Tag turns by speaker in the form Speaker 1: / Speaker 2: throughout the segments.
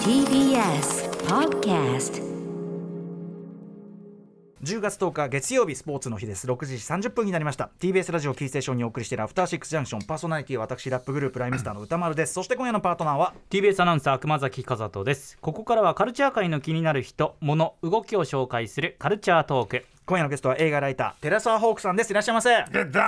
Speaker 1: TBS Podcast
Speaker 2: 10月10日月曜日スポーツの日です6時30分になりました TBS ラジオキーステーションにお送りしているアフターシックスジャンクションパーソナリティは私ラップグループライムスターの歌丸ですそして今夜のパートナーは
Speaker 3: TBS アナウンサー熊崎和人ですここからはカルチャー界の気になる人物動きを紹介するカルチャートーク
Speaker 2: 今夜のゲストは映画ライター寺澤ホークさんですいらっしゃいませ
Speaker 3: ありがとうござ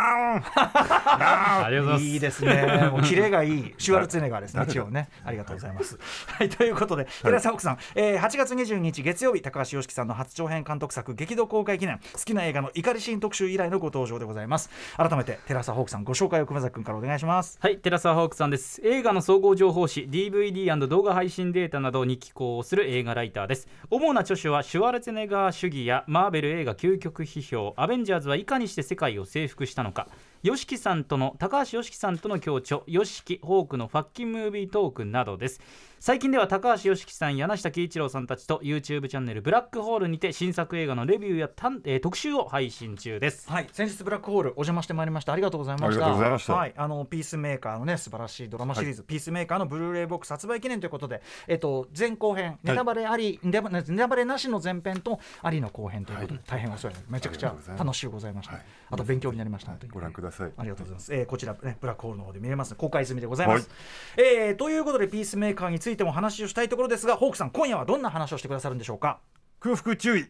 Speaker 3: い
Speaker 2: い
Speaker 3: ます
Speaker 2: ですねもうキレがいいシュワルツェネッガーですね一応ねありがとうございます はいということで寺澤ホークさん、えー8月22日月曜日高橋良樹さんの初長編監督作激怒公開記念好きな映画の怒りシーン特集以来のご登場でございます改めて寺澤ホークさんご紹介を熊崎君からお願いします
Speaker 3: はい寺澤ホークさんです映画の総合情報誌 DVD& 動画配信データなどに寄稿をする映画ライターです主な著書はシュワルツェネッガー主義やマーベル映画究極批評アベンジャーズはいかにして世界を征服したのか YOSHIKI さんとの高橋 YOSHIKI さんとの共著 YOSHIKI ホークのファッキンムービートークなどです最近では高橋良樹さん柳下喜一郎さんたちと YouTube チャンネルブラックホールにて新作映画のレビューやたん、えー特集を配信中です
Speaker 2: はい、先日ブラックホールお邪魔してまいりました。ありがとうございました。
Speaker 4: ありがとうございました
Speaker 2: はい、あのピースメーカーのね、素晴らしいドラマシリーズ、ピースメーカーのブルーレイボックス発売記念ということで。えっと、前後編、ネタバレあり、ネタバレネタバレなしの前編と、ありの後編ということで、大変お世話になり、めちゃくちゃ楽しゅうございました。
Speaker 4: はい
Speaker 2: あと勉強になりました。本当に
Speaker 4: ご覧ください
Speaker 2: ありがとうございます。えーこちら、ね、ブラックホールの方で見れますので公開済みでございます、えーということで、ピースメーカーについても話をしたいところですが、ホークさん、今夜はどんな話をしてくださるんでしょうか。
Speaker 4: 空腹注意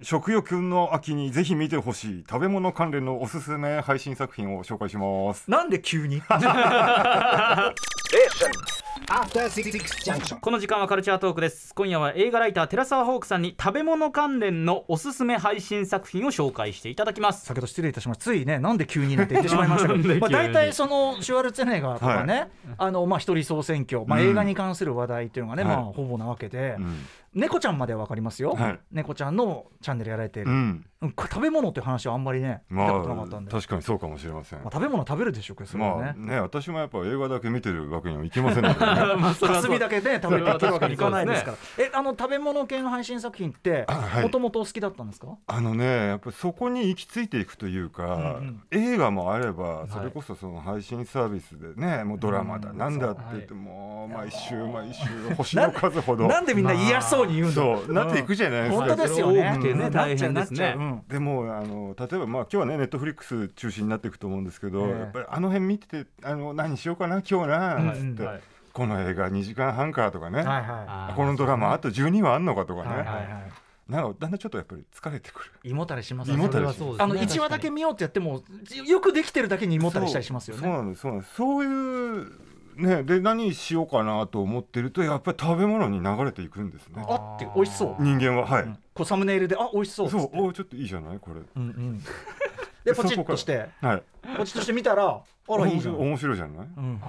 Speaker 4: 食欲の秋にぜひ見てほしい食べ物関連のおすすめ配信作品を紹介します
Speaker 2: なんで急に。
Speaker 5: After Six Junction.
Speaker 3: この時間はカルチャートークです今夜は映画ライター寺澤ホークさんに食べ物関連のおすすめ配信作品を紹介していただきます
Speaker 2: 先ほど失礼いたしましたついねなんで急になんて言ってしまいました け
Speaker 3: なんで急
Speaker 2: ど、
Speaker 3: に
Speaker 2: まあ、大体そのシュワルツェネッガーとかね、あのまあ、一人総選挙、まあ、映画に関する話題っていうのがね、
Speaker 4: はい
Speaker 2: まあ、ほぼなわけで、
Speaker 4: うん
Speaker 2: 猫ちゃんまでは分かりますよ、
Speaker 4: はい
Speaker 2: 猫ちゃんのチャンネルやられてる、
Speaker 4: う
Speaker 2: うん
Speaker 4: ん
Speaker 2: これ食べ物っていう話はあんまりね聞い
Speaker 4: ま
Speaker 2: たことなかった
Speaker 4: あ
Speaker 2: んで、ま
Speaker 4: 確かにそうかもしれません
Speaker 2: あ、食べ物は食べるでしょうけどそれは
Speaker 4: まあ
Speaker 2: ね、
Speaker 4: ね私もやっぱ映画だけ見てるわけにはいきませんのでね
Speaker 3: まあそれはそう
Speaker 2: 霞だけで食べていけるわけにいかないですから
Speaker 3: そ
Speaker 2: えあの食べ物系の配信作品って
Speaker 4: あはい
Speaker 2: もともとお好きだったんですか、
Speaker 4: あのねやっぱそこに行き着いていくというか、
Speaker 2: うん
Speaker 4: 映画もあれば
Speaker 3: い
Speaker 4: それこそその配信サービスでね、もうドラマだ、なんだって言って、もう毎週毎週星の数ほ ど
Speaker 2: なんでみんな嫌そうに言うんだ、
Speaker 4: そうなっていくじゃないですか、
Speaker 2: 本当ですよね
Speaker 3: 多くてね
Speaker 2: うん
Speaker 3: 大変ですね
Speaker 2: なっちゃうなっちゃううん
Speaker 4: でもあの例えば、まあ、今日はねネットフリックス中心になっていくと思うんですけど、
Speaker 2: ええ
Speaker 4: やっぱりあの辺見ててあの何しようかな今日な、
Speaker 2: うん
Speaker 4: つって、
Speaker 3: はい
Speaker 4: この映画2時間半かとかね、
Speaker 2: はいは
Speaker 3: あー
Speaker 4: このドラマあと12話あんのかとかね、
Speaker 2: いはいはいはい
Speaker 4: なんかだんだんちょっとやっぱり疲れてくる。
Speaker 2: 胃もたれします
Speaker 4: 胃もたれ
Speaker 3: そ
Speaker 4: し
Speaker 3: れはそ
Speaker 4: ます
Speaker 3: うですね
Speaker 2: あの1話だけ見ようってやってもよくできてるだけに胃もたれしたりしますよ
Speaker 4: そう
Speaker 2: ね。
Speaker 4: そうなんですそうなんですそういうねで何しようかなと思ってるとやっぱり食べ物に流れていくんですね
Speaker 2: あって美味しそう。
Speaker 4: 人間ははい、
Speaker 2: こうサムネイルであ美味しそうっつ
Speaker 4: そ
Speaker 2: っ
Speaker 4: う
Speaker 2: て。
Speaker 4: おちょっといいじゃないこれ
Speaker 2: うんうん。でポチッとして
Speaker 4: はい
Speaker 2: ポチッとして見たらあらいいじゃん。
Speaker 4: 面白いじゃない、っ
Speaker 2: うん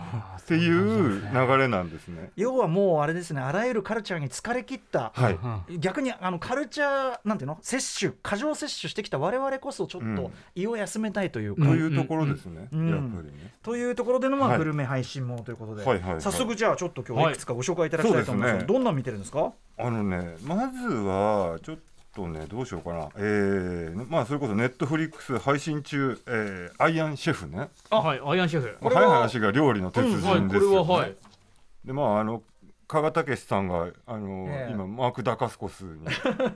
Speaker 4: ていう流れなんですね
Speaker 2: 要はもうあれですねあらゆるカルチャーに疲れ切った。
Speaker 4: はい
Speaker 2: 逆にあのカルチャーなんていうの摂取過剰摂取してきた我々こそちょっ
Speaker 4: う
Speaker 2: と
Speaker 4: ん
Speaker 2: 胃を休めたいというか、
Speaker 4: というところですね、
Speaker 2: うんうん
Speaker 4: やっぱりね、
Speaker 2: というところでのま
Speaker 4: は
Speaker 2: あ
Speaker 4: い
Speaker 2: グルメ配信ものということで、
Speaker 4: はいはいはい
Speaker 2: 早速じゃあちょっと今日いくつかご紹介いただきたいと思います,、
Speaker 4: はいそうですね
Speaker 2: どんなの見てるんですか
Speaker 4: あのねまずはちょっとねどうしようかなえー、まあそれこそネットフリックス配信中、えーアイアンシェフね
Speaker 3: あはいアイアンシェフ
Speaker 2: れは
Speaker 4: 早い話が料理の鉄人ですよ、ね
Speaker 3: はいこれははい
Speaker 4: でまああの加賀武さんがあの、
Speaker 2: ええ
Speaker 4: 今マーク・ダカスコスに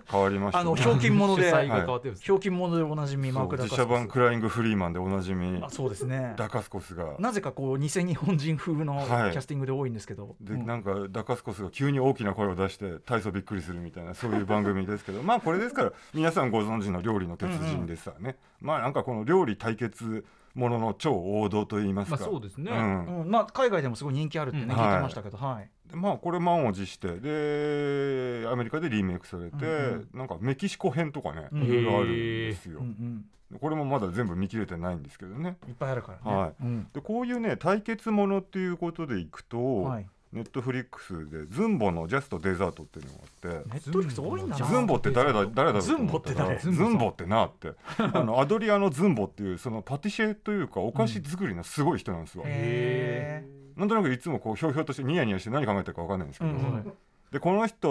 Speaker 4: 変わりました
Speaker 2: あ
Speaker 4: ね
Speaker 2: のひょうきん者で
Speaker 3: 主催が変わってるんです
Speaker 2: ひょうきん者でおなじみマーク
Speaker 4: そう
Speaker 2: ダカス
Speaker 4: 実写版クライング・フリーマンでおなじみ
Speaker 2: あそうですね
Speaker 4: ダカスコスが
Speaker 2: なぜかこう偽日本人風のキ
Speaker 4: はい
Speaker 2: ャスティングで多いんですけど、
Speaker 4: で
Speaker 2: うん
Speaker 4: なんかダカスコスが急に大きな声を出して大層びっくりするみたいなそういう番組ですけ どまあこれですから皆さんご存知の料理の鉄人ですわね、まあなんかこの料理対決ものの超王道といいます
Speaker 3: まあ
Speaker 4: か、
Speaker 3: そうですね
Speaker 4: うん
Speaker 2: うんまあ、海外でもすごい人気あるってね、
Speaker 3: うん
Speaker 2: 聞いてましたけど、はい
Speaker 4: でまあこれ満を持してでアメリカでリメイクされ
Speaker 2: う
Speaker 4: て、
Speaker 2: ん
Speaker 4: なんかメキシコ編とかね、
Speaker 2: うん
Speaker 4: いろいろあるんですよ
Speaker 2: うん、うん、
Speaker 4: これもまだ全部見切れてないんですけどね
Speaker 2: いっぱいあるからね、
Speaker 4: はい
Speaker 2: うん
Speaker 4: でこういうね対決ものっていうことでいくと、
Speaker 2: はい、
Speaker 4: ネットフリックスでズンボの「ジャストデザート」っていうのがあって。
Speaker 2: ネットフリックス多いんだな
Speaker 4: ズンボって誰だ誰だろうと思たら
Speaker 2: ズ
Speaker 4: ズンボってなって あのアドリアのズンボっていうそのパティシエというかお菓子作りのすごい人なんですよ、
Speaker 2: へ
Speaker 4: なんとなくいつもこうひょうひょうとしてニヤニヤして何考えてるか分かんないんです
Speaker 2: ー
Speaker 4: け
Speaker 2: う
Speaker 4: ど、
Speaker 2: んうん
Speaker 4: でこの人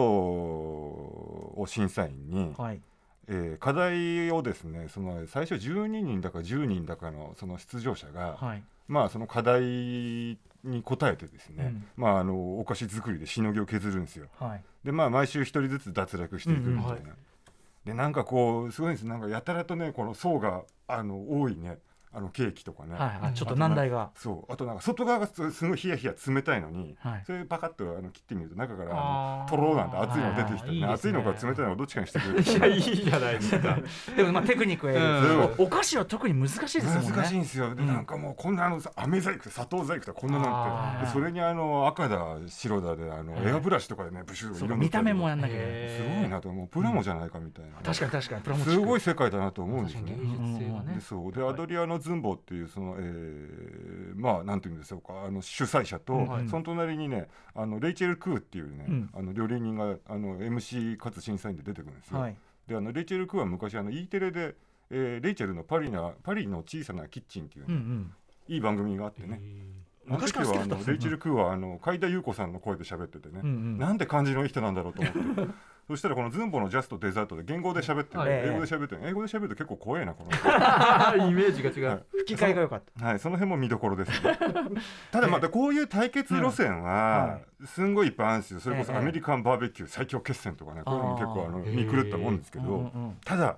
Speaker 4: を審査員に、
Speaker 2: はい
Speaker 4: えー課題をですねその最初12人だか10人だかのその出場者が、
Speaker 2: はい
Speaker 4: まあその課題に応えてですね、
Speaker 2: うん
Speaker 4: まあ、あのお菓子作りでしのぎを削るんですよ
Speaker 2: はい
Speaker 4: でまあ毎週一人ずつ脱落していくみたいな、
Speaker 2: うんうんはい
Speaker 4: でなんかこうすごいんですなんかやたらとねこの層があの多いねあのケーキとかね、
Speaker 2: はいはいちょっと難題が
Speaker 4: そうあとなんか外側がすすごいヒヤヒヤ冷たいのに、
Speaker 2: はい
Speaker 4: それパカッとあの切ってみると中からあ
Speaker 3: あー
Speaker 4: のとろーなんて熱いの出てきて、
Speaker 3: いいですね
Speaker 4: 熱いのか冷たいのかどっちかにしてくれる
Speaker 3: いやいいじゃないですか
Speaker 2: でもまあテクニックはやるんですけどお菓子は特に難しいですもんね
Speaker 4: 難しいんですよ、で
Speaker 2: うん
Speaker 4: なんかもうこんなあのさ飴細工砂糖細工とかこんななん
Speaker 2: あ
Speaker 4: て
Speaker 2: ー
Speaker 4: でそれにあの赤だ白だであのエアブラシとかでねブシュー
Speaker 2: そう
Speaker 4: 色塗ったりとか
Speaker 2: 見た目もやんなきゃいけない
Speaker 4: すごい
Speaker 3: へ
Speaker 4: なと思うプラモじゃないかみたいな、
Speaker 2: 確かに確かにプラモチック
Speaker 4: すごい世界だなと思うんです
Speaker 3: ー
Speaker 4: ね。
Speaker 3: 芸術性はね
Speaker 4: でそうでアドリアのズンボっていうその、えーまあなんていうんでしょうかあの主催者と、
Speaker 2: うん
Speaker 4: その隣にねあのレイチェル・クーっていうね、
Speaker 2: うん
Speaker 4: あの料理人があの MC かつ審査員で出てくるんですよ。
Speaker 2: はい
Speaker 4: であのレイチェル・クーは昔あの E テレで、えーレイチェルのパリな「パリの小さなキッチン」っていう
Speaker 2: うんう
Speaker 4: ね、
Speaker 2: ん
Speaker 4: いい番組があってね、あの
Speaker 2: 昔から好き
Speaker 4: 時
Speaker 2: だった
Speaker 4: はあ
Speaker 2: ん
Speaker 4: の
Speaker 2: ですね
Speaker 4: レイチェル・クーはあの海田裕子さんの声で喋っててね、
Speaker 2: うんうん
Speaker 4: なんで感じのいい人なんだろうと思ってそしたらこのズンボの「ジャストデザート」で言語で喋ってる、
Speaker 3: はい
Speaker 4: 英語で喋ってる英語で喋ると結構怖いなこの人
Speaker 3: イメージが違う
Speaker 2: 吹き替えが良かった
Speaker 4: はい、その辺も見どころです、ね、ただまたこういう対決路線はすんごいいっぱいあるんですよそれこそ
Speaker 2: ええ
Speaker 4: アメリカンバーベキュー最強決戦とかねこういうのも結構あの
Speaker 3: あー
Speaker 4: 見狂ったもんですけ
Speaker 2: うんうん
Speaker 4: ど
Speaker 2: うん
Speaker 4: ただ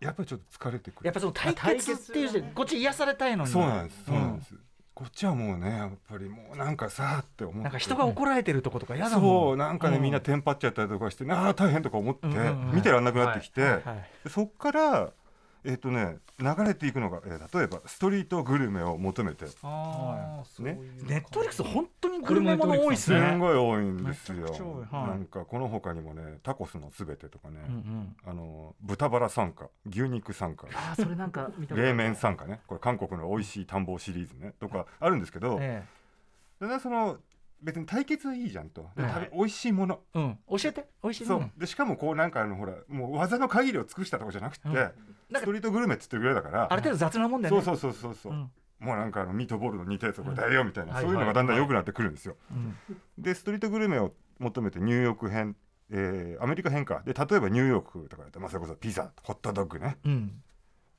Speaker 4: やっぱりちょっと疲れてく
Speaker 2: やっ
Speaker 4: る
Speaker 2: ぱその対決っていう時点でこっち癒されたいのに
Speaker 4: そうなんですそうなんです、こっちはもうねやっぱりもうなんかさーって思って
Speaker 2: なんか人が怒られてるとことか嫌だ
Speaker 4: そ
Speaker 2: も
Speaker 4: うんなんかね、
Speaker 2: うん
Speaker 4: みんなテンパっちゃったりとかしてねああ大変とか思って、
Speaker 2: うんうんうん
Speaker 4: 見てらんなくなってきて、
Speaker 2: はい
Speaker 4: でそっからえっ、とね流れていくのが、えー例えばストリートグルメを求めて
Speaker 2: ネットフ
Speaker 3: あーそういう感じ
Speaker 4: ね
Speaker 2: リックス本当にグルメもの多いっす
Speaker 4: す
Speaker 2: ね
Speaker 4: んごい多いんです
Speaker 2: めちゃくちゃ
Speaker 4: よ
Speaker 2: 多い、はい
Speaker 4: なんかこの他にもねタコスのすべてとかね、
Speaker 2: うんうん
Speaker 4: あの豚バラ参加牛肉参加
Speaker 3: あーそれなんか見たことある
Speaker 4: 冷麺参加ねこれ韓国の美味しい田んぼシリーズねとかあるんですけど、
Speaker 2: え
Speaker 4: だからその別に対決はいいじゃんとで
Speaker 2: はい
Speaker 4: 食べ美味しいもの
Speaker 2: えうん教えて美味しい
Speaker 4: そ
Speaker 2: の
Speaker 4: うでしかもこうなんかあのほらもう技の限りを尽くしたとかじゃなくて、
Speaker 2: うんなんか
Speaker 4: ストリートグルメっつってるぐらいだから
Speaker 2: ある程度雑なもんだよ
Speaker 4: そう
Speaker 2: ね
Speaker 4: そうそうそうそう、
Speaker 2: うん
Speaker 4: もうなんかあのミートボールの似たやつをこれだよみたいな、
Speaker 3: はい
Speaker 4: そういうのがだんだん良くなってくるんですよ。
Speaker 2: うん
Speaker 4: でストリートグルメを求めてニューヨーク編、えーアメリカ編かで例えばニューヨークとかだとまあそれこそピザホットドッグね
Speaker 2: うん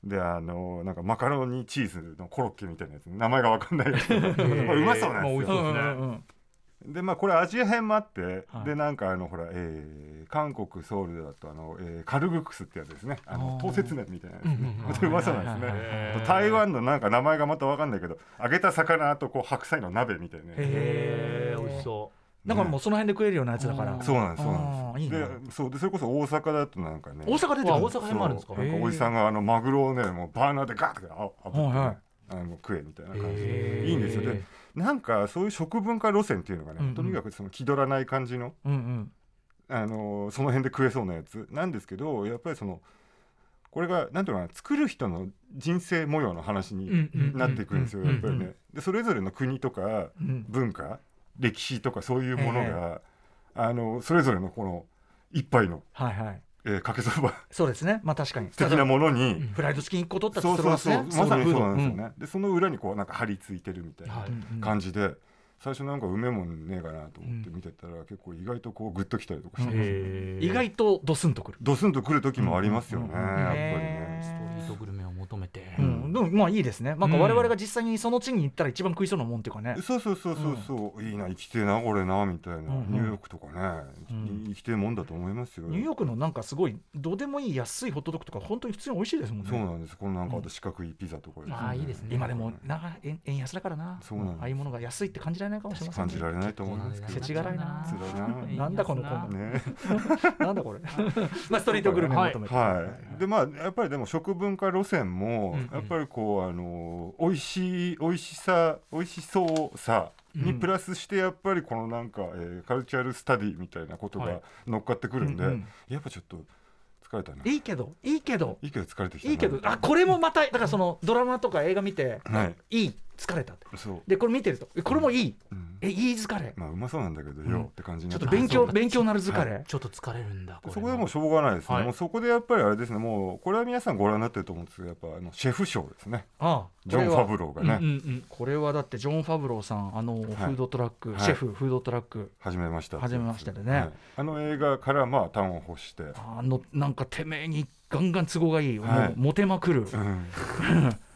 Speaker 4: であのなんかマカロニチーズのコロッケみたいなやつ名前が分かんないやつこれうまそう
Speaker 3: まあ
Speaker 4: なんです
Speaker 3: 美味しそ
Speaker 4: よ。
Speaker 3: うですね
Speaker 2: んんん
Speaker 4: でまあこれアジア編もあって、
Speaker 2: はい
Speaker 4: でなんかあのほら、えー韓国ソウルだとあの、えーカルグクスってやつですねあの
Speaker 2: あー
Speaker 4: 透節麺みたいなやつ
Speaker 3: う
Speaker 4: ね、
Speaker 3: んうんうん
Speaker 4: それうまそうなんですね。
Speaker 3: へー
Speaker 4: 台湾のなんか名前がまた分かんないけど揚げた魚とこう白菜の鍋みたいなやつ
Speaker 2: へ
Speaker 3: へえ美味しそう
Speaker 2: だからもうその辺で食えるようなやつだから
Speaker 4: そうなんですそうなん
Speaker 2: あー
Speaker 4: です
Speaker 2: いいね
Speaker 4: でそうでそれこそ大阪だとなんかね
Speaker 2: 大阪出てくる
Speaker 3: うわ大阪編もあるんですか
Speaker 4: そうなんかおじさんがあのマグロをねもうバーナーでガーッてああぶってね、
Speaker 2: はいはい
Speaker 4: あの食えみたいな感じ
Speaker 3: へ
Speaker 4: で
Speaker 3: ー
Speaker 4: いいんですよでなんかそういう食文化路線っていうのがね、
Speaker 2: うんうん
Speaker 4: とにかくその気取らない感じの、
Speaker 2: うんうん
Speaker 4: あのーその辺で食えそうなやつなんですけどやっぱりそのこれがなんていうのかな作る人の人生模様の話
Speaker 2: う
Speaker 4: に
Speaker 2: んうんうん
Speaker 4: なっていくんですよやっぱり
Speaker 2: うんう
Speaker 4: ね。でそれぞれの国とか
Speaker 2: うん
Speaker 4: 文化歴史とかそういうものが、あのそれぞれのこの一杯の、
Speaker 2: はいはい
Speaker 4: えーかけそば
Speaker 2: そうですねまあ確かに
Speaker 4: 的なものに、
Speaker 2: フライドチキン1個取った
Speaker 4: そう
Speaker 2: と
Speaker 4: そうそう、まさにそうなんですよ
Speaker 2: ね
Speaker 4: ね。でその裏にこうなんか張り付いてるみたい
Speaker 3: は
Speaker 4: ない感じで、最初なんか梅もんねえかなと思って見てたら、結構意外とこうグッときたりとかして、
Speaker 3: へー
Speaker 2: 意外とドスンとくる、
Speaker 4: ドスンとくる時もありますよね、
Speaker 2: うん
Speaker 4: やっぱり
Speaker 2: へ
Speaker 4: ね。
Speaker 3: ストリートグルメを求めて
Speaker 2: う、
Speaker 4: うんん
Speaker 2: でもまあいいですねなんか
Speaker 3: うん
Speaker 2: 我々が実際にその地に行ったら一番食いそうなもんっていうかね、
Speaker 4: そうそうそうそうそう、いいな生きてえなこれなみたいな、
Speaker 2: んうん
Speaker 4: ニューヨークとかね、
Speaker 2: うん
Speaker 4: 生きてえもんだと思いますよ。
Speaker 2: ニューヨークのなんかすごいどうでもいい安いホットドッグとか本当に普通に美味しいですもんね
Speaker 4: そうなんです。このなんかあと四角いピザとか、
Speaker 3: ああいいですね
Speaker 2: 今でもな円円安だからな
Speaker 4: そうなんです
Speaker 2: ああいうものが安いって感じられないかもしれません
Speaker 4: 感
Speaker 2: ね
Speaker 4: じられないと思いますけど。
Speaker 2: 世知辛いな
Speaker 4: 辛いな
Speaker 2: なんだこのコンビ
Speaker 4: ね、
Speaker 2: なんだこれまあストリートグルメを求めて、
Speaker 4: はい、でまあやっぱりでも食文化路線も
Speaker 3: うんうん
Speaker 4: やっぱりこうあの美味しい美味しさ美味しそうさにプラスしてやっぱりこのなんか、えーカルチャルスタディみたいなこと
Speaker 3: はい
Speaker 4: が乗っかってくるんで、
Speaker 2: うんうん
Speaker 4: やっぱちょっと疲れたない
Speaker 2: いけどいいけど
Speaker 4: いいけど疲れてきたない
Speaker 2: いけどあこれもまただからそのドラマとか映画見て
Speaker 4: はい
Speaker 2: いい疲れたって
Speaker 4: そう、
Speaker 2: でこれ見てるとえこれもいい
Speaker 4: うん
Speaker 2: えいい疲れ
Speaker 4: まあうまそうなんだけどよ、って感じに
Speaker 2: ち
Speaker 4: な
Speaker 2: ょ
Speaker 4: っ
Speaker 2: ってと勉強勉強なる疲れ、
Speaker 3: ちょっと疲れるんだこれ
Speaker 4: そこでもうしょうがないですね、
Speaker 3: はい
Speaker 4: もうそこでやっぱりあれですねもうこれは皆さんご覧になってると思うんですけどやっぱあのシェフ賞ですね
Speaker 2: ああ
Speaker 4: ジョン・ファ
Speaker 2: ロ
Speaker 4: ブローが
Speaker 3: うんう
Speaker 4: ね、
Speaker 3: ん
Speaker 2: これはだってジョン・ファブローさんあのフードトラック、
Speaker 4: はい
Speaker 2: シェフフードトラック
Speaker 4: 始めました
Speaker 2: 始めましたでね
Speaker 4: はいあの映画からまあ端を欲して、
Speaker 2: あのなんかてめえにガンガン都合がいい、
Speaker 4: はい
Speaker 2: もうモテまくる、
Speaker 4: うん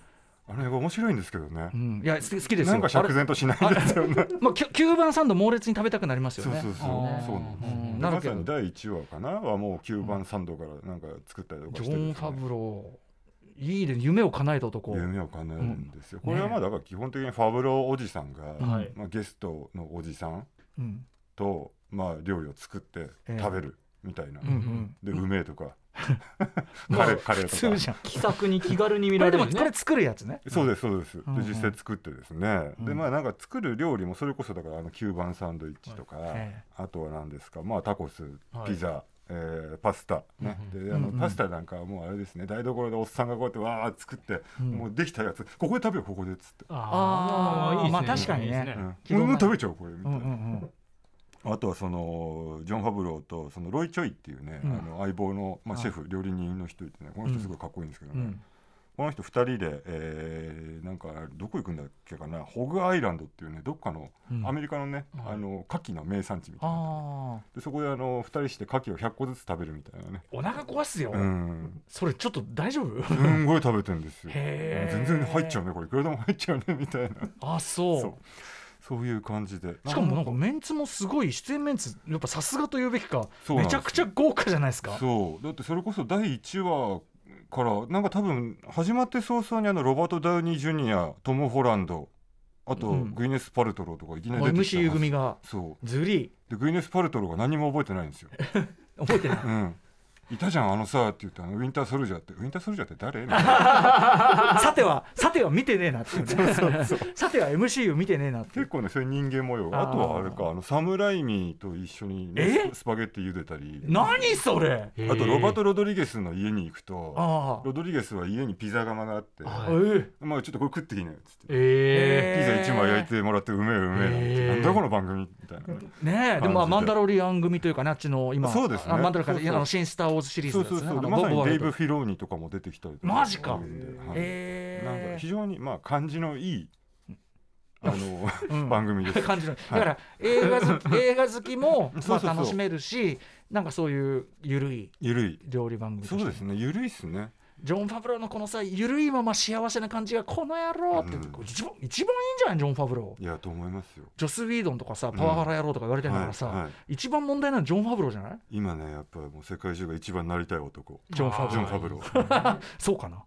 Speaker 4: あの映画面白いんですけどね
Speaker 2: う。ん、いやす好きですよ
Speaker 4: なんか釈然としないんですよね。
Speaker 2: あれまあ、きゅ吸盤サンド猛烈に食べたくなりますよ
Speaker 4: そう
Speaker 2: ね
Speaker 4: そうそう。そう
Speaker 2: あー
Speaker 4: なんですよ
Speaker 2: うんなる
Speaker 4: ま
Speaker 2: け
Speaker 4: さ
Speaker 2: ど
Speaker 4: に第一話かなはもう九番サンドからなんか作ったりとか
Speaker 2: ジ
Speaker 4: してる
Speaker 2: ョン・
Speaker 4: んです
Speaker 2: フ
Speaker 4: よ
Speaker 2: ァ
Speaker 4: ね
Speaker 2: ブローいいで夢を叶えた男
Speaker 4: 夢を叶えるんですよ。
Speaker 2: うん
Speaker 4: これはまあだから基本的にファブローおじさんが、
Speaker 2: はい
Speaker 4: まあゲストのおじさん
Speaker 2: うん
Speaker 4: とまあ料理を作って
Speaker 2: ええ
Speaker 4: 食べるみたいな。
Speaker 2: うんうん
Speaker 4: でうめえと か、カレーカレー
Speaker 2: 普通
Speaker 4: とか。
Speaker 2: じゃん
Speaker 3: 気さくに気軽に見
Speaker 2: こ
Speaker 3: ら
Speaker 2: れ
Speaker 3: れ
Speaker 2: で
Speaker 3: る、
Speaker 2: も
Speaker 3: ね、
Speaker 2: これ作るやつね
Speaker 4: そうですそうです。で
Speaker 2: うんうん
Speaker 4: 実際作ってですね。
Speaker 2: うん
Speaker 4: でまあなんか作る料理もそれこそだからあの九番サンドイッチとか、
Speaker 2: え
Speaker 4: あとは何ですかまあタコス
Speaker 3: はい
Speaker 4: ピザ、えーパスタね、であの、
Speaker 2: うんうん
Speaker 4: パスタなんかはもうあれですね台所でおっさんがこうやってわー作って、
Speaker 2: うん
Speaker 4: もうできたやつここで食べようここでっつって、
Speaker 2: あー
Speaker 3: あーいいですね
Speaker 2: まあ確かにね
Speaker 3: いいです
Speaker 4: うん
Speaker 2: 基本は
Speaker 4: もう食べちゃおうこれみ
Speaker 2: う
Speaker 4: たい
Speaker 2: んう
Speaker 4: な、
Speaker 2: んうん
Speaker 4: あとはそのジョン・ファブローとそのロイ・チョイっていうね、
Speaker 2: うん
Speaker 4: あの相棒の、まあ、
Speaker 2: あ
Speaker 4: シェフ料理人の人いてねこの人すごいかっこいいんですけど
Speaker 2: う
Speaker 4: ね、
Speaker 2: ん
Speaker 4: この人2人で、えーなんかどこ行くんだっけかなホグアイランドっていうねどっかの
Speaker 2: うん
Speaker 4: アメリカのね、
Speaker 3: はい
Speaker 4: あの牡蠣の名産地みたいな
Speaker 2: ああ
Speaker 4: でそこであの2人して牡蠣を100個ずつ食べるみたいなね
Speaker 2: お腹壊すよ
Speaker 4: うん
Speaker 2: それちょっと大丈夫
Speaker 4: すんごい食べてるんですよ
Speaker 2: へー
Speaker 4: 全然入っちゃうねこれいくらでも入っちゃうねみたいな
Speaker 2: あ
Speaker 4: そう
Speaker 2: そ
Speaker 4: そういう感じで
Speaker 2: うしかもなんかメンツもすごい出演メンツやっぱさすがと言うべきか
Speaker 4: そうなん
Speaker 2: め
Speaker 4: です
Speaker 2: ち
Speaker 4: よ
Speaker 2: ゃくちゃ豪華じゃないですか
Speaker 4: そうだってそれこそ第1話からなんか多分始まって早々にあのロバート・ダウニー・ジュニアトム・ホランドあと
Speaker 2: うん
Speaker 4: グイネス・パルトローとかいきなり出てきた
Speaker 2: MC 組が
Speaker 4: そ
Speaker 2: ずり
Speaker 4: うでグイネス・パルトローが何も覚えてないんですよ、
Speaker 2: 覚えてない
Speaker 4: うん、いたじゃんあのさって言ってあのウィンター・ソルジャーってウィンター・ソルジャーって誰みたいな
Speaker 2: さてはさては見てねえなっていうねさては MCU 見てねえなってい
Speaker 4: 結
Speaker 2: う
Speaker 4: 構ねそういう人間模様があとはあれかあのサムライミと一緒に、ね
Speaker 2: え、
Speaker 4: スパゲッティ茹でたり
Speaker 2: 何それ
Speaker 3: ね
Speaker 4: あとロバート・ロドリゲスの家に行くと
Speaker 2: ああ
Speaker 4: ロドリゲスは家にピザ窯があって、
Speaker 3: は
Speaker 2: えー
Speaker 4: まあちょっとこれ食ってきなよっつって、
Speaker 3: え
Speaker 2: えー
Speaker 4: ピザ1枚焼いてもらってうめえうめえなんて、
Speaker 3: えー
Speaker 4: なんだこの番組みたいな、
Speaker 2: ねえでもまあ
Speaker 4: 感じで
Speaker 2: マンダロリアン組というかねあっちの今
Speaker 4: そうですね
Speaker 2: あマンダロリアン
Speaker 4: そうそう
Speaker 2: あの新スター・ウォーズシリー
Speaker 4: そ
Speaker 2: ズ
Speaker 4: う
Speaker 2: で
Speaker 4: そう
Speaker 2: すねあ
Speaker 4: そう
Speaker 2: の
Speaker 4: でま
Speaker 2: ボ
Speaker 4: さに
Speaker 2: ブ
Speaker 4: デ
Speaker 2: ワ
Speaker 4: イ
Speaker 2: イ
Speaker 4: ブ・
Speaker 2: ド
Speaker 4: フィローニとかも出てきたりとか
Speaker 2: マジか
Speaker 4: するんではいなん
Speaker 2: え
Speaker 4: か非
Speaker 2: え
Speaker 4: 常にまあ感じの いいあの、
Speaker 2: うん
Speaker 4: 番 組です
Speaker 2: 感じのだから映画好 き映画好きも
Speaker 4: そ
Speaker 2: ま
Speaker 4: うそう
Speaker 2: あ
Speaker 4: そう
Speaker 2: 楽しめるしなんかそういうゆるい
Speaker 4: ゆるい
Speaker 2: 料理番組として
Speaker 4: そうですねゆるいっすね
Speaker 2: ジョン・ファブローのこのさゆるいまま幸せな感じがこの野郎って
Speaker 4: うん
Speaker 2: 一番一番いいんじゃないジョン・ファブロー
Speaker 4: いやと思いますよ
Speaker 2: ジョス・ウィードンとかさパワハラ野郎とか言われてるからさ、
Speaker 4: はいはい
Speaker 2: 一番問題なのはジョン・ファブローじゃない
Speaker 4: 今ねやっぱりもう世界中が一番なりたい男
Speaker 2: ジョン・ファブ
Speaker 4: ジョ
Speaker 2: ロ
Speaker 4: ン・
Speaker 2: ー
Speaker 4: ファブロー、
Speaker 2: そう かな、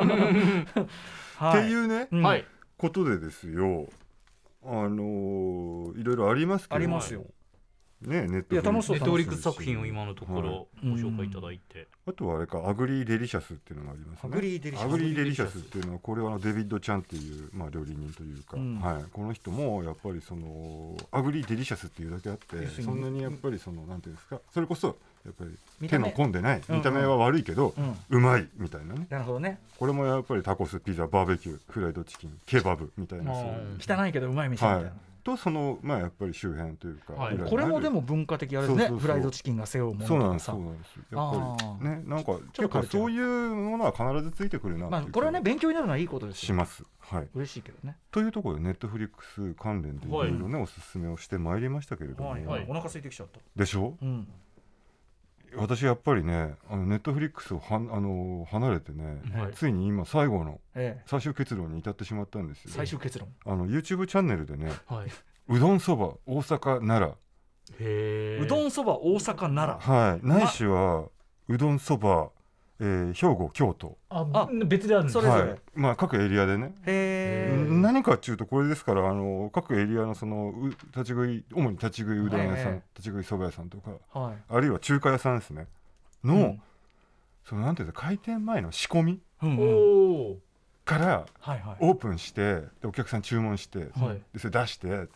Speaker 4: っていうね、
Speaker 2: うん
Speaker 3: はい
Speaker 4: ことでですよあのーいろいろありますけど
Speaker 2: ありますよ、
Speaker 4: ねネット
Speaker 2: いや楽しそう
Speaker 3: ネットフリックス作品を今のところご
Speaker 2: はい
Speaker 3: 紹介いただいて、
Speaker 4: あとはあれかアグリー・デリシャスっていうのがありますね
Speaker 2: アグリーデリシャス
Speaker 4: アグリーデリシャスっていうのはこれはあのデビッド・チャンっていう、まあ、料理人というか、
Speaker 2: うん
Speaker 4: はい、この人もやっぱりそのアグリー・デリシャスっていうだけあって
Speaker 2: するに
Speaker 4: そんなにやっぱりそのなんていうんですかそれこそやっぱり
Speaker 2: 見
Speaker 4: 手
Speaker 2: た目
Speaker 4: の込んでない
Speaker 2: うんうん
Speaker 4: 見た目は悪いけど、
Speaker 2: う
Speaker 4: うんまいみたいなね
Speaker 2: なるほどね
Speaker 4: これもやっぱりタコスピザバーベキューフライドチキンケバブみたいなそういう
Speaker 3: うん
Speaker 2: 汚いけどうまい店みたい
Speaker 4: は
Speaker 2: な、
Speaker 4: い、とそのまあやっぱり周辺というか、
Speaker 3: はい
Speaker 4: 裏にある
Speaker 2: これもでも文化的あれですね
Speaker 4: そうそうそう
Speaker 2: フライドチキンが背負うもの
Speaker 4: そう
Speaker 2: と
Speaker 4: なん
Speaker 2: か
Speaker 4: です
Speaker 2: さ
Speaker 4: そうなんですやっぱりねなんか
Speaker 2: と
Speaker 4: 結
Speaker 2: カ
Speaker 4: 構
Speaker 2: ルチャー
Speaker 4: そういうものは必ずついてくるなって
Speaker 2: ま
Speaker 4: い
Speaker 2: あ
Speaker 4: う気が
Speaker 2: これはね勉強になるのはいいことです
Speaker 4: し
Speaker 2: よ
Speaker 4: ますはい
Speaker 2: 嬉しいけどね、
Speaker 4: というところでネットフリックス関連でいろいろね、おすすめをしてまいりましたけれども、
Speaker 2: お腹空いてきちゃった
Speaker 4: でしょ
Speaker 2: うん
Speaker 4: 私やっぱりねあのネットフリックスをはあの離れてね、
Speaker 3: はい
Speaker 4: ついに今最後の
Speaker 2: ええ
Speaker 4: 最終結論に至ってしまったんですよ
Speaker 2: 最終結論
Speaker 4: あの YouTube チャンネルでね
Speaker 3: はい、
Speaker 4: うどんそば大阪奈
Speaker 3: へー
Speaker 2: うどんそば大阪
Speaker 4: 良
Speaker 2: 奈良
Speaker 4: はいないしはうどんそば、えー兵庫京都
Speaker 3: あ
Speaker 2: あ
Speaker 3: 別であるんです
Speaker 2: それぞれ
Speaker 4: はいまあ、各エリアでね
Speaker 2: へ
Speaker 3: う
Speaker 2: え
Speaker 3: ん
Speaker 4: 何かっていうとこれですからあの各エリアのそのう立ち食い主に立ち食いうどん屋さん、
Speaker 2: はいはい
Speaker 4: 立ち食いそば屋さんとか
Speaker 2: はい
Speaker 4: あるいは中華屋さんですねの、
Speaker 2: うん
Speaker 4: そのなんていうんですか開店前の仕込み
Speaker 2: うん
Speaker 3: お
Speaker 2: うん
Speaker 3: お
Speaker 4: から
Speaker 2: はいはい
Speaker 4: オープンしてでお客さん注文して、
Speaker 3: はい
Speaker 4: でそれ出して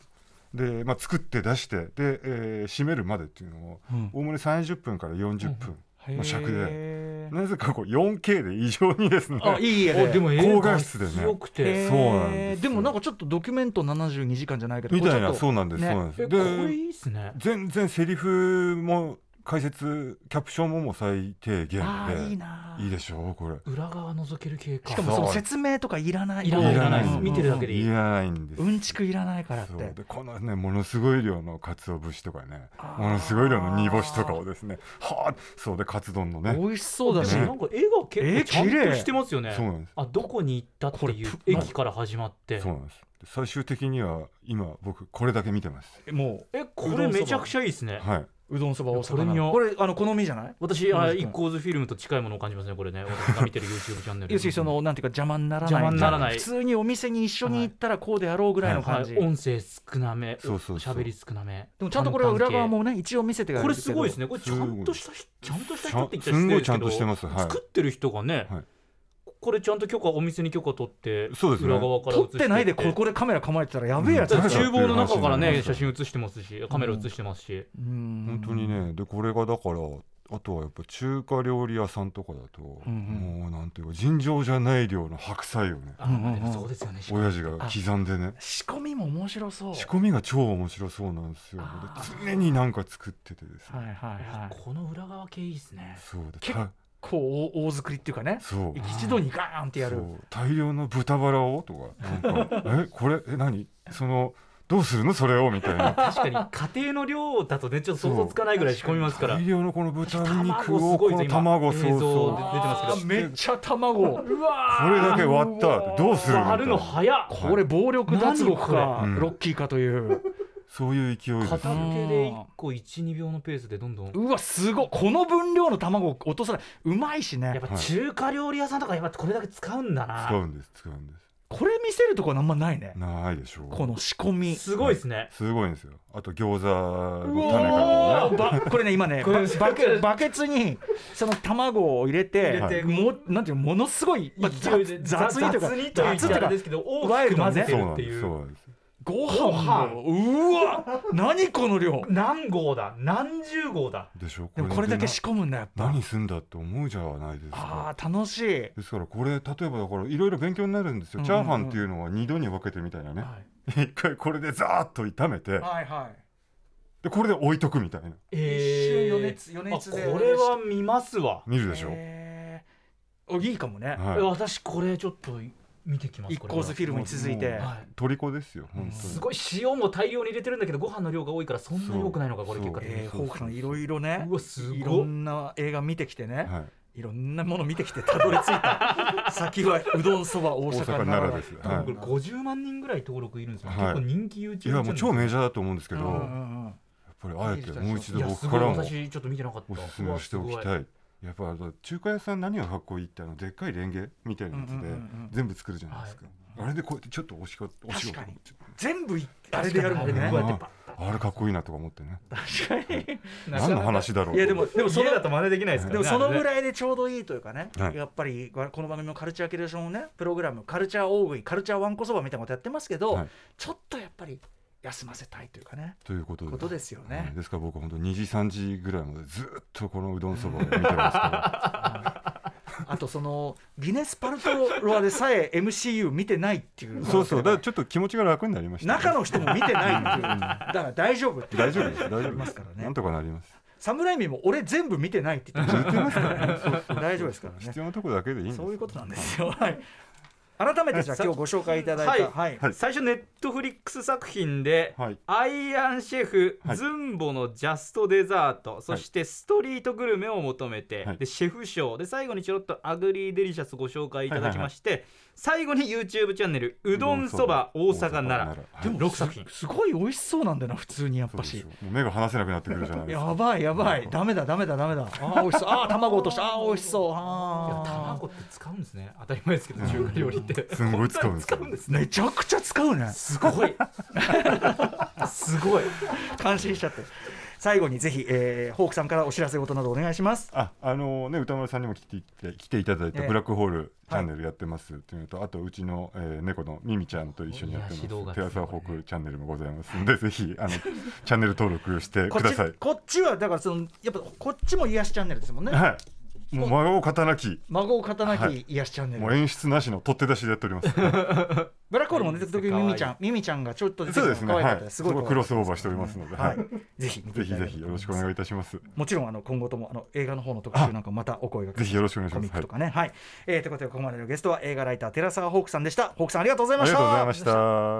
Speaker 4: で、まあ、作って出してで、えー閉めるまでっていうのを
Speaker 2: うん
Speaker 4: おおむね30分から40分の尺で
Speaker 2: へえ
Speaker 4: なぜかこう 4K で異常にですね
Speaker 2: あいい家
Speaker 3: お
Speaker 2: で
Speaker 3: でも
Speaker 4: 高画質でね
Speaker 3: 強くて、
Speaker 2: へー
Speaker 4: そうなんですよ
Speaker 2: でもなんかちょっとドキュメント72時間じゃないけど
Speaker 4: みたい
Speaker 2: こ
Speaker 4: な
Speaker 2: うちょ
Speaker 4: そ
Speaker 2: っ
Speaker 4: うなんです、
Speaker 2: ね
Speaker 4: そうなんで
Speaker 3: え
Speaker 4: す
Speaker 3: こ
Speaker 4: で
Speaker 3: れいいっすね
Speaker 4: 全然セリフも解説キャプションももう最低限
Speaker 2: ああ
Speaker 4: で
Speaker 2: いいなあ
Speaker 4: いいでしょうこれ
Speaker 3: 裏側覗ける系か
Speaker 2: しかもその説明とかいらない
Speaker 3: いらない
Speaker 4: いらない
Speaker 2: うん
Speaker 4: 見
Speaker 3: てるだけでいい
Speaker 4: いらないんです
Speaker 2: うんちくいらないからっ
Speaker 4: そ
Speaker 2: て
Speaker 4: うでこのねものすごい量の鰹節とかね
Speaker 2: あー
Speaker 4: ものすごい量の煮干しとかをですねはあそうでカツ丼のね
Speaker 2: 美味しそうだし、
Speaker 3: でも
Speaker 4: ね
Speaker 3: なんか絵が
Speaker 2: えー
Speaker 3: 結構ちゃんとしてますよね、
Speaker 4: そうなんです
Speaker 3: あどこに行ったっていう
Speaker 2: これ
Speaker 3: 駅から始まって
Speaker 4: そうなんですで最終的には今僕これだけ見てます
Speaker 2: も
Speaker 3: えこれめちゃくちゃいいですね
Speaker 4: はい
Speaker 2: う
Speaker 4: う
Speaker 2: どんそば大阪
Speaker 3: これ見よ
Speaker 2: の
Speaker 3: う
Speaker 2: これあの好みじゃない
Speaker 3: 私あ
Speaker 2: うん
Speaker 3: イッコーズフィルムと近いものを感じますねこれね私が見てる YouTube チャンネル
Speaker 2: 要するにそのなんていうか邪魔にならない
Speaker 3: 邪魔にならない
Speaker 2: 普通にお店に一緒に行ったらこうであろうぐらいの
Speaker 3: は
Speaker 2: 感じ、
Speaker 3: い、音声少なめ
Speaker 4: そうそうそう
Speaker 3: 喋り少なめ
Speaker 2: でもちゃんとこれは裏側もね一応見せて
Speaker 3: これすごいです
Speaker 2: ね
Speaker 3: ねこれちゃんとした人ちゃんとした人って言っちゃ
Speaker 4: す
Speaker 3: 失
Speaker 4: んご
Speaker 3: 礼
Speaker 4: い
Speaker 3: です
Speaker 4: ちゃ
Speaker 3: け
Speaker 4: んと
Speaker 3: ど
Speaker 4: してますはい
Speaker 3: 作ってる人がね、
Speaker 4: はい
Speaker 3: これちゃんと許可お店に許可取って
Speaker 4: そうですね
Speaker 3: 裏側から
Speaker 2: 撮
Speaker 3: 映
Speaker 2: っ
Speaker 3: して
Speaker 2: てないでこ
Speaker 3: こ
Speaker 2: こでカメラ構えてたらやべえやつだ
Speaker 4: うん
Speaker 3: 厨房の中から
Speaker 4: う
Speaker 3: ね
Speaker 4: ん
Speaker 3: 写真写してますしカメラ写してますし、
Speaker 2: 本
Speaker 4: 本当にねでこれがだからあとはやっぱ中華料理屋さんとかだと、
Speaker 2: うんうん
Speaker 4: もうなんていうか尋常じゃない量の白菜をね
Speaker 3: あーまあで
Speaker 2: うんうんう
Speaker 3: も
Speaker 2: ん
Speaker 3: そうですよね
Speaker 4: 親父が刻んでね
Speaker 2: 仕込みも面白そう
Speaker 4: 仕込みが超面白そうなんですよ
Speaker 2: あー
Speaker 4: で常になんか作っててですね、
Speaker 2: はいはいはい
Speaker 3: この裏側系いいです ね
Speaker 4: そうで
Speaker 2: 結
Speaker 4: た
Speaker 2: こう大大作りっていうかね
Speaker 4: そう
Speaker 2: 一度にガーンってやる
Speaker 4: そう大量の豚バラをとかなん かえこれえ何そのどうするのそれをみたいな
Speaker 3: 確かに家庭の量だとねちょっと想像つかないぐらい仕込みますから
Speaker 4: 大量のこの豚肉
Speaker 3: 卵す
Speaker 4: を
Speaker 3: ご
Speaker 4: こ
Speaker 3: いぞ
Speaker 4: の
Speaker 3: 今
Speaker 4: 卵
Speaker 3: 映
Speaker 4: そ
Speaker 3: 像
Speaker 4: う
Speaker 3: で
Speaker 4: そう
Speaker 3: 出てますけど
Speaker 2: あーめっちゃ卵
Speaker 3: うわ
Speaker 4: これだけ割ったってどうするみた
Speaker 3: 割る
Speaker 4: い
Speaker 3: の
Speaker 4: な
Speaker 3: 早っ
Speaker 2: これ暴力脱獄か
Speaker 4: 何これうん
Speaker 2: ロッキーかという
Speaker 4: そういう勢いです
Speaker 3: 片
Speaker 4: よ
Speaker 3: 手で1個12秒のペースでどんどん
Speaker 2: うわすごいこの分量の卵を落とさないうまいし
Speaker 3: や
Speaker 2: ね
Speaker 3: っぱ中華料理屋さんとかやっぱこれだけ使うんだな、
Speaker 4: 使うんです使うんで
Speaker 2: これ見せるとこはあんまないね
Speaker 4: すないでしょう
Speaker 2: この仕込み
Speaker 3: すごいですね、
Speaker 4: すごいんですよあと餃子の種から
Speaker 2: お
Speaker 4: も
Speaker 2: ば
Speaker 4: ね
Speaker 2: これね今ね
Speaker 3: これ
Speaker 2: ババケバケツにその卵を入れて
Speaker 4: 入
Speaker 3: れて
Speaker 2: もなんていうのものすごい、まあ、雑
Speaker 3: 勢いで
Speaker 2: 雑にというか
Speaker 3: 雑にという
Speaker 2: 雑
Speaker 3: 言い
Speaker 2: という
Speaker 3: 方
Speaker 2: か
Speaker 3: ですけど大
Speaker 2: ワイ
Speaker 3: き
Speaker 2: ル
Speaker 3: く
Speaker 2: ド
Speaker 3: 混
Speaker 2: ね
Speaker 3: ぜ
Speaker 2: ば
Speaker 3: てるっ
Speaker 4: そうなん
Speaker 3: て
Speaker 4: で
Speaker 3: い
Speaker 4: すそう
Speaker 3: う
Speaker 4: なんです
Speaker 2: ご飯もうわ何この量
Speaker 3: 何号だ何十号だ
Speaker 4: でしょ
Speaker 2: でもこれだけ仕込むんだやっぱ
Speaker 4: 何すんだって思うじゃないですか
Speaker 2: あー楽しい
Speaker 4: ですからこれ例えばだからいろいろ勉強になるんですよ、
Speaker 2: うん
Speaker 4: チャーハンっていうのは2度に分けてみたいなね、 一回これでザーッと炒めて
Speaker 2: はいは
Speaker 4: でこれで置いとくみたいな
Speaker 2: 一瞬余熱余熱で
Speaker 3: あこれは見ますわ、
Speaker 4: 見る
Speaker 2: い
Speaker 4: でしょ、
Speaker 2: へーおいいかもね
Speaker 4: はい、
Speaker 3: 私これちょっと見てきます
Speaker 2: 一
Speaker 3: これ
Speaker 2: コーズフィルムに続いて
Speaker 4: もう
Speaker 3: は
Speaker 4: 虜ですよ本
Speaker 3: い、す
Speaker 4: 当
Speaker 3: ごい塩も大量に入れてるんだけどご飯の量が多いからそんなに多くないのかこれ
Speaker 4: そう
Speaker 3: 結果的に
Speaker 2: えーフォークさんいろいろね
Speaker 3: うわす
Speaker 2: い
Speaker 3: ご
Speaker 2: ろ
Speaker 3: っ
Speaker 2: んな映画見てきてね、
Speaker 4: に、はい、
Speaker 2: いろんなもの見てきてたどり着いた先はうどんそば大
Speaker 4: 大
Speaker 2: 阪
Speaker 4: 阪
Speaker 2: な
Speaker 4: 奈
Speaker 2: ら
Speaker 4: 良
Speaker 2: で
Speaker 4: です、
Speaker 3: 多分
Speaker 4: は
Speaker 3: これ50万人ぐらい登録いるんですよ、
Speaker 4: はい
Speaker 3: 結構人気 YouTube
Speaker 4: い、いやもう超メジャーだと思うんですけど、
Speaker 2: うんう
Speaker 4: やっ
Speaker 2: んうん
Speaker 4: ぱりあえてもう一
Speaker 3: い
Speaker 4: 度
Speaker 3: やす
Speaker 4: 僕
Speaker 3: ご
Speaker 4: か
Speaker 3: い
Speaker 4: らも
Speaker 3: 私ちょっと見てなかった
Speaker 4: おすすめをしておき
Speaker 3: うわすご
Speaker 4: たいやっぱあの中華屋さん何がかっこいいってあのでっかいレンゲみたいなやつ
Speaker 2: うんうんう
Speaker 4: で
Speaker 2: んうん
Speaker 4: 全部作るじゃないですか、あれでこうやってちょっとおしかおし
Speaker 2: 確かに全部いあれでやるもん
Speaker 3: 確か
Speaker 2: ね
Speaker 3: にこうやってパ
Speaker 4: あれかっこいいなとか思ってね
Speaker 2: 確かに
Speaker 4: 何の話だろう
Speaker 2: いやでもでもそ
Speaker 3: 家
Speaker 2: の
Speaker 3: だと真似できないですか
Speaker 2: で
Speaker 3: ら
Speaker 2: も
Speaker 3: ね
Speaker 2: そのぐ
Speaker 3: い
Speaker 2: らいでちょうどいいというかね、
Speaker 4: はい
Speaker 2: やっぱりこの番組のカルチャーキュレーションをねプログラムカルチャー大食いカルチャーわんこそばみたいなことやってますけど、
Speaker 4: はい
Speaker 2: ちょっとやっぱり休ませたいというかね
Speaker 4: ということで
Speaker 2: ことですよね
Speaker 4: はいですから僕本当2時3時ぐらいまでずっとこのうどんそばを見てますから
Speaker 2: あとそのギネスパルトロアでさえ MCU 見てないっていう
Speaker 4: そうそう、だからちょっと気持ちが楽になりました、
Speaker 2: 中の人も見てないっていうだから大丈夫って
Speaker 4: 大丈 夫です、大丈夫
Speaker 2: り
Speaker 4: で
Speaker 2: ます
Speaker 4: す
Speaker 2: から。ね
Speaker 4: なんとかな ります。
Speaker 2: サムライミも俺全部見てないって言ってました大丈夫ですからね
Speaker 4: 必要なとこだけでいいんです。
Speaker 2: そういうことなんですよはい改めてじゃあ今日ご紹介いただいた
Speaker 3: は
Speaker 2: はいい
Speaker 4: はい
Speaker 3: 最初ネットフリックス作品で、
Speaker 4: はい
Speaker 3: アイアンシェフ、
Speaker 4: はい
Speaker 3: ズンボのジャストデザートそしてストリートグルメを求めて、
Speaker 4: はい
Speaker 3: でシェフ賞で最後にちょろっとアグリーデリシャスご紹介いただきまして、最後に YouTube チャンネルうどんそば大阪
Speaker 4: 大
Speaker 3: 奈
Speaker 4: 阪
Speaker 3: 良
Speaker 4: 奈
Speaker 3: 6作品
Speaker 2: すごい美味しそうなんだよな普通にやっ
Speaker 4: そう
Speaker 2: ぱ
Speaker 4: です
Speaker 2: し
Speaker 4: よもう目が離せなくなってくるじゃないですか。
Speaker 2: やばいやばいダメだダメだダメだあー美味しそうあ ー卵落としたあー美味しそうあ
Speaker 3: 卵って使うんですね当たり前ですけど中華料理って
Speaker 4: すんごい使うんです よ
Speaker 3: こなに使うんです
Speaker 2: ーめちゃくちゃ使うね
Speaker 3: すごいすごい
Speaker 2: 感心しちゃって最後にぜひ、えー、ホークさんからお知らせ事などお願いします
Speaker 4: あ、あのね、歌丸さんにも来ていて、来ていただいた
Speaker 2: ええ
Speaker 4: ブラックホールチャンネルやってますっていうのと、あとうちの、えー猫のミミちゃんと一緒にやって
Speaker 3: 癒し動画
Speaker 4: ます。
Speaker 3: です
Speaker 4: テ
Speaker 3: ね
Speaker 4: ラサホークチャンネルもございますんで、ぜひ、あの、チャンネル登録して
Speaker 2: こ
Speaker 4: く
Speaker 2: っ
Speaker 4: だ
Speaker 2: ち
Speaker 4: さい。
Speaker 2: こっちはだからそのやっぱこっちも癒しチャンネルですもんね
Speaker 4: はい。もう孫を刀き
Speaker 2: 孫を刀
Speaker 4: は
Speaker 2: き癒しチャンネル、
Speaker 4: もう演出なしの取って出しでやっております。
Speaker 2: ブラックホールもね時々
Speaker 3: 可
Speaker 2: ミ
Speaker 3: 愛い
Speaker 2: ミちゃんミミちゃんがちょっと出て
Speaker 4: そ
Speaker 2: く
Speaker 4: うで
Speaker 2: る
Speaker 4: す
Speaker 2: のが
Speaker 4: ね。
Speaker 2: 可愛か
Speaker 4: は
Speaker 2: ったです
Speaker 4: い。
Speaker 2: す
Speaker 4: す
Speaker 2: ごい
Speaker 4: ごいクロスオーバー
Speaker 2: し
Speaker 4: しておりますので、
Speaker 2: は
Speaker 4: はいい。
Speaker 2: ぜひ見て
Speaker 4: ぜ
Speaker 2: い
Speaker 4: ひ
Speaker 2: ただ
Speaker 4: ぜ
Speaker 2: け
Speaker 4: ひ
Speaker 2: ればと思
Speaker 4: よ
Speaker 2: い
Speaker 4: ろ
Speaker 2: ま
Speaker 4: し
Speaker 2: す
Speaker 4: くお願いいたします。
Speaker 2: もちろんあの今後ともあの映画の方の特集なんかまたお声がけ
Speaker 4: ぜひよろしくお願いし
Speaker 2: コ
Speaker 4: ま
Speaker 2: ミ
Speaker 4: す。
Speaker 2: ッ
Speaker 4: は
Speaker 2: ク
Speaker 4: い
Speaker 2: と。かねはい、えー、ということでここまでのゲストは映画ライター寺澤ホークさんでしたホークさんありがとうござい
Speaker 4: あ
Speaker 2: ま
Speaker 4: り
Speaker 2: し
Speaker 4: がとうござい
Speaker 2: た
Speaker 4: ました。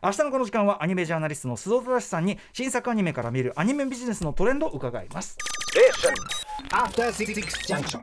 Speaker 2: 明日のこの時間はアニメジャーナリストの須藤正さんに新作アニメから見るアニメビジネスのトレンドを伺います
Speaker 5: After Six Junction.